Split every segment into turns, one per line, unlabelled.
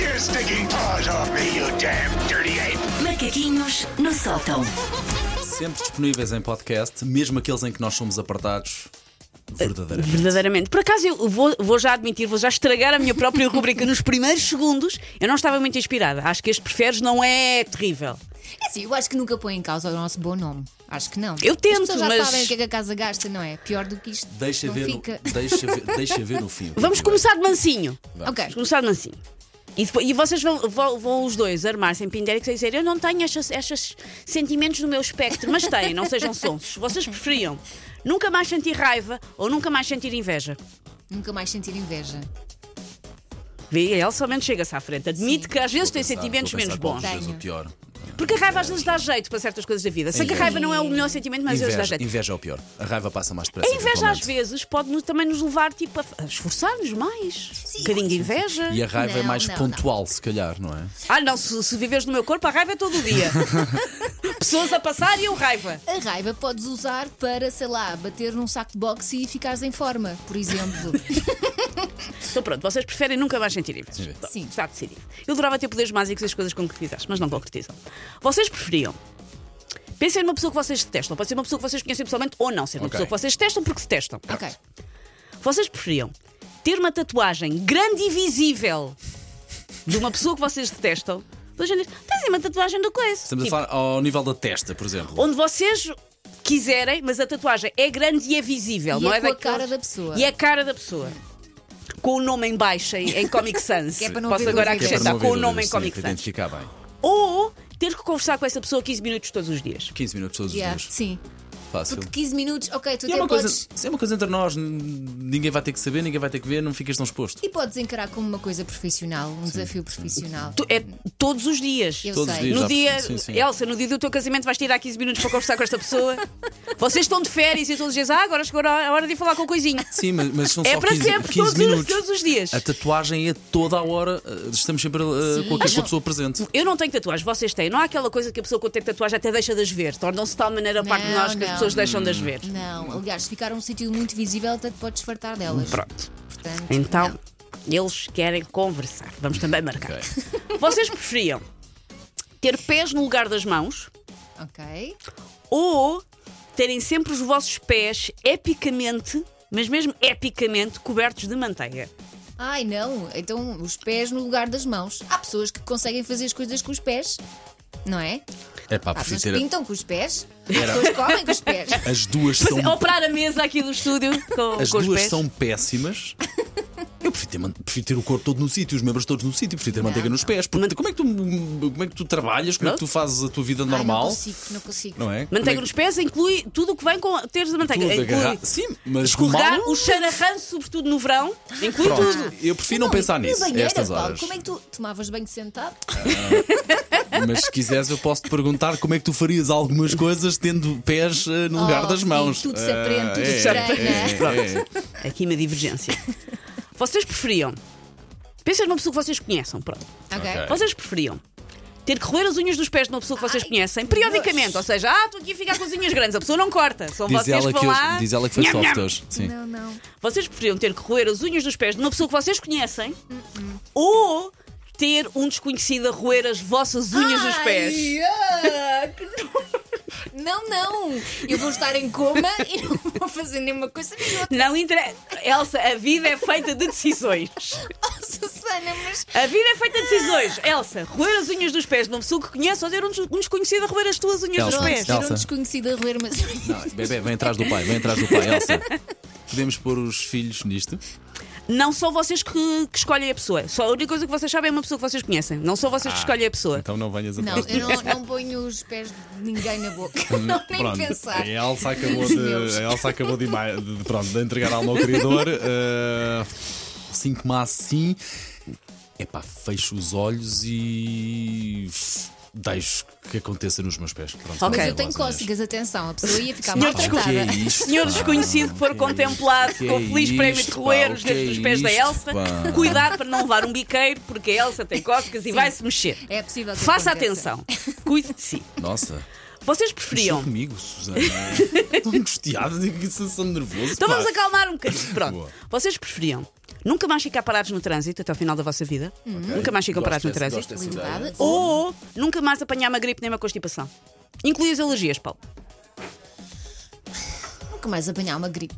your stinking paws off me, you damn dirty ape!
Macaquinhos no sótão.
Sempre disponíveis em podcast, mesmo aqueles em que nós somos apartados. Verdadeiramente.
Verdadeiramente. Por acaso, eu vou, vou já admitir, vou já estragar a minha própria rubrica nos primeiros segundos. Eu não estava muito inspirada. Acho que este preferes não é terrível.
É assim, eu acho que nunca põe em causa o nosso bom nome. Acho que não.
Eu tento,
As pessoas já
mas-
sabem o que é que a casa gasta, não é? Pior do que isto.
Deixa
não
ver, no,
Fica...
deixa, ver, deixa ver no fim. é
Vamos começar de mansinho.
Ok.
Vamos começar de mansinho. E, depois- e vocês vão, vão- vão os dois armar-se em pindéricos e dizer: Eu não tenho estes sentimentos no meu espectro, mas têm, não sejam sonsos. Vocês preferiam nunca mais sentir raiva ou nunca mais sentir inveja?
Nunca mais sentir inveja.
Vê, ele somente chega-se à frente. Admite que às vezes tem
Sabe,
sentimentos
vou pensar
menos bons.
poucas vezes
Tenho.
O pior.
Porque a raiva às vezes dá jeito para certas coisas da vida. Sei que a
Inveja.
raiva não é o melhor sentimento, mas às vezes dá
Inveja,
jeito.
inveja é o pior. A raiva passa mais depressa.
A inveja às
eventualmente.
vezes pode nos- também nos levar tipo, a, a esforçar-nos mais. Um bocadinho de inveja.
E a raiva é
Não,
mais
não,
pontual, se calhar, não é?
Ah, não, se, se viveres no meu corpo, a raiva é todo o dia. Pessoas a passar e eu raiva.
A raiva podes usar para, sei lá, bater num saco de boxe e ficares em forma, por exemplo.
Então pronto, vocês preferem nunca mais sentir inveja.
Sim.
Pronto,
Sim.
Está decidido. Eu adorava ter poderes mágicos e as coisas concretizadas, mas não concretizam. Vocês preferiam. Pensem numa pessoa que vocês detestam. Pode ser uma pessoa que vocês conhecem pessoalmente ou não ser uma
Ok.
pessoa que vocês detestam porque se testam.
ok.
Vocês preferiam ter uma tatuagem grande e visível de uma pessoa que vocês detestam? Do género, tens aí uma tatuagem do coice.
Estamos
Tipo,
a falar ao nível da testa, por exemplo.
Onde vocês quiserem, mas a tatuagem é grande e é visível.
E
não
é
é,
com a
daqueles-
cara da pessoa.
E é a cara da pessoa. Com o nome em baixo, em, em Comic Sans.
Que é para não
Posso
haver
agora
dúvidas.
Que é para
acrescentar,
não
com o
haver
nome
dúvidas,
em
sim,
Comic
para
Sans.
identificar bem.
Ou ter que conversar com essa pessoa 15 minutos todos os dias.
15 minutos todos
Yeah,
os dias.
sim.
Fácil.
15 minutos, ok, tu
E é
até
uma, coisa,
podes.
se é uma coisa entre nós, n- ninguém vai ter que saber, ninguém vai ter que ver, não ficas tão exposto.
E podes encarar como uma coisa profissional, um desafio profissional.
Tu- É todos os dias.
Eu
Todos os
sei.
dias.
No
há-
dia, é
sim, sim.
Elsa, no dia do teu casamento vais tirar 15 minutos para conversar com esta pessoa. Vocês estão de férias e todos os dias, ah, agora chegou a hora de ir falar com o coisinho.
Sim, mas, mas são
É
só
para
15,
sempre,
15
todos os-
minutos.
todos os dias.
A tatuagem é toda a hora, eh, estamos sempre eh,
Sim.
com aquela
Mas não-
pessoa presente.
Eu não tenho tatuagem, vocês têm. Não há aquela coisa que a pessoa quando tem tatuagem até deixa de as ver. Tornam-se de tal maneira a parte de
Não,
nós que as
não.
pessoas deixam de as ver.
Hum.
Não, aliás, se ficar um sítio muito visível, até te podes fartar delas.
Pronto.
Portanto,
Então, eles querem conversar. Vamos também marcar. Vocês preferiam ter pés no lugar das mãos
não. ok.
ou terem sempre os vossos pés epicamente, mas mesmo epicamente, cobertos de manteiga?
Ai não, então os pés no lugar das mãos. Há pessoas que conseguem fazer as coisas com os pés, não é?
É pá,
Há
prefiro
pessoas
ter.
que pintam com os pés, há pessoas que comem com os pés.
As duas
Pois é,
são,
operar a mesa aqui do estúdio com,
as
com os
duas
pés.
são péssimas. Eu prefiro ter, man- prefiro ter o corpo todo no sítio, os membros todos no sítio, prefiro ter manteiga nos pés. Porque como, é que tu, como é que tu trabalhas? Como é que tu fazes a tua vida
Ai,
normal?
não consigo, não consigo.
Não é?
Manteiga
Como é
nos pés inclui tudo o que vem com teres a manteiga.
Tudo,
inclui
agarrar- Sim, mas
escorregar
mal-
o xanarrão, sobretudo no verão. Inclui
Pronto,
tudo. Então,
eu prefiro não, pensar
e
nisso
na banheira,
a estas
Paulo,
horas.
como é que tu tomavas banho sentado?
Mas se quiseres, eu posso te perguntar como é que tu farias algumas coisas tendo pés eh, no lugar
Oh,
das
sim,
mãos.
tudo se aprende,
Ah,
tudo né?
é,
se treina.
é, é.
Aqui uma divergência. Vocês preferiam. Pensem numa pessoa que vocês conheçam, pronto.
Ok.
Ok.
Vocês preferiam ter que roer as unhas dos pés de uma pessoa que vocês conhecem periodicamente, ou seja, ah, estou aqui a ficar com as unhas grandes, a pessoa não corta, são
Diz,
vocês
ela
que vão
que hoje-
lá.
diz ela que foi
Nham,
soft
nham.
hoje. Sim.
Não, não.
Vocês preferiam ter que roer as unhas dos pés de uma pessoa que vocês conhecem ou ter um desconhecido a roer as vossas unhas dos pés?
Ai, yuck, Não, não. Eu vou estar em coma e não vou fazer nenhuma coisa nem outra.
Não interessa. Elsa, a vida é feita de decisões.
Oh, Susana, mas
A vida é feita de decisões. Elsa, roer as unhas dos pés de uma pessoa que conhece ou ter um des- um desconhecido a roer as tuas unhas
Elsa,
dos pés?
Elsa.
Era um desconhecido a roer, mas.
Não, bebê, vem atrás do pai, vem atrás do pai, Elsa. Podemos pôr os filhos nisto?
Não são vocês que, que escolhem a pessoa. Só a única coisa que vocês sabem é uma pessoa que vocês conhecem. Não são vocês que escolhem a pessoa.
Então não venhas
Não,
atrás
eu não, não ponho os pés de ninguém na boca. Não, nem
Hum, Pronto,
pensar.
A Elsa acabou
Os meus.
de, a Elsa acabou de, ima- de- de- pronto, de entregar ao meu criador. eh, Assim como assim, epá, fecho os olhos e f- deixo que aconteça nos meus pés. Pronto, é
Ok.
Mas
não
eu tenho
vou às unhas.
cócegas, atenção, a pessoa ia ficar
Senhor,
mal
Pá, o
tratada.
que é isto,
Senhor
pá?
desconhecido que for
O que é
contemplado
isto?
com o
O que é
feliz prémio de
isto, pá?
roer
O
os
que é
dedos dos pés da
isto,
Elsa.
pá?
Cuidado para não levar um biqueiro, porque a Elsa tem cócegas e vai se mexer.
É possível que
Faça
aconteça.
atenção. Cuide de si.
Nossa,
Vocês
Mexeu
preferiam.
comigo, Susana. Estou angustiada, tenho que sensação de nervoso.
Então vamos
pá.
acalmar um bocadinho. Pronto.
Boa.
Vocês preferiam nunca mais ficar parados no trânsito até ao final da vossa vida?
Uhum.
Nunca mais ficam
Gosto
parados no
dessa-
trânsito?
gosto dessa ideia.
Verdade?
Ou nunca mais apanhar uma gripe nem uma constipação? Inclui as alergias, Paulo.
Nunca mais apanhar uma gripe.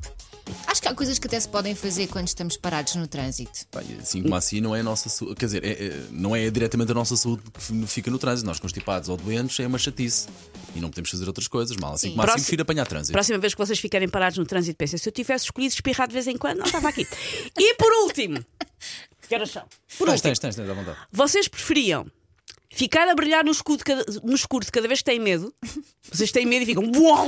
Acho que há coisas que até se podem fazer quando estamos parados no trânsito.
Pá, e Assim como assim, não é a nossa saúde. Quer dizer, é- é- não é diretamente a nossa saúde que fica no trânsito. Nós, constipados ou doentes, é uma chatice. E não podemos fazer outras coisas mal. Assim
Sim.
como assim,
Próximo-
prefiro apanhar trânsito.
Próxima vez que vocês ficarem parados no trânsito, pensem: se eu tivesse escolhido espirrar de vez em quando, não estava aqui. E por último, que horas são? Por
Tens,
último,
tens, tens, tens, à vontade.
vocês preferiam ficar a brilhar no escuro de cada, no escuro de cada vez que têm medo? Vocês têm medo e ficam "Uau!"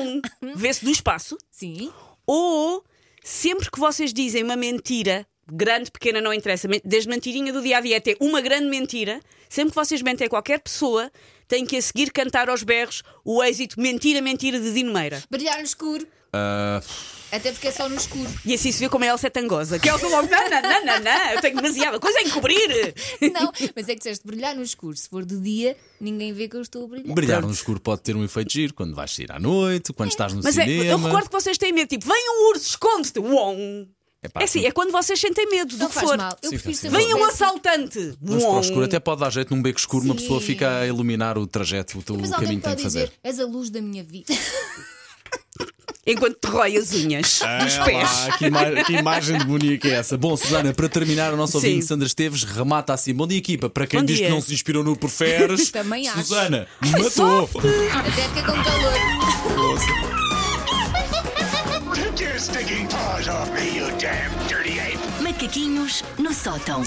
vê-se do espaço?
Sim.
Ou sempre que vocês dizem uma mentira, grande, pequena, não interessa, men- desde mentirinha do dia a dia até uma grande mentira, sempre que vocês mentem a qualquer pessoa, têm que a seguir cantar aos berros o êxito Mentira, Mentira de Dino Meira.
Brilhar no escuro.
Ah,
Até porque é só no escuro.
E assim se vê como a Elsa é tangosa. Que Elsa logo, não, não, não, não, não, eu tenho demasiada coisa a encobrir.
Não, mas é que disseste brilhar no escuro. Se for de dia, ninguém vê que eu estou a brilhar.
brilhar no escuro pode ter um efeito giro quando vais sair à noite, quando estás no
Mas é,
cinema.
eu recordo que vocês têm medo, tipo, vem um urso, esconde-te. Uom.
Epá,
É assim, é quando vocês sentem medo do
Não
que
faz
for.
mal. Eu
Sim,
prefiro
sim,
ser
sim.
Vem um
uma peça-
assaltante.
Vamos para o
Uom.
escuro, até pode dar jeito num beco escuro, uma
Sim.
pessoa fica a iluminar o trajeto, o, teu-
Mas
o
alguém
caminho que tem
pode
que
dizer:
fazer.
és a luz da minha vida.
Enquanto te rói as unhas dos pés.
Ah, que, ima- que imagem de bonita é essa? Bom, Susana, para terminar, o nosso
Sim.
ouvinte Sandra Esteves remata assim: Bom dia, equipa. Para quem
Bom
diz
dia.
que não se inspirou no Preferes,
Também acho.
Susana, matou.
soft.
Até fica com calor.
Take your stinking paws off me, you damn dirty ape!
Macaquinhos no sótão.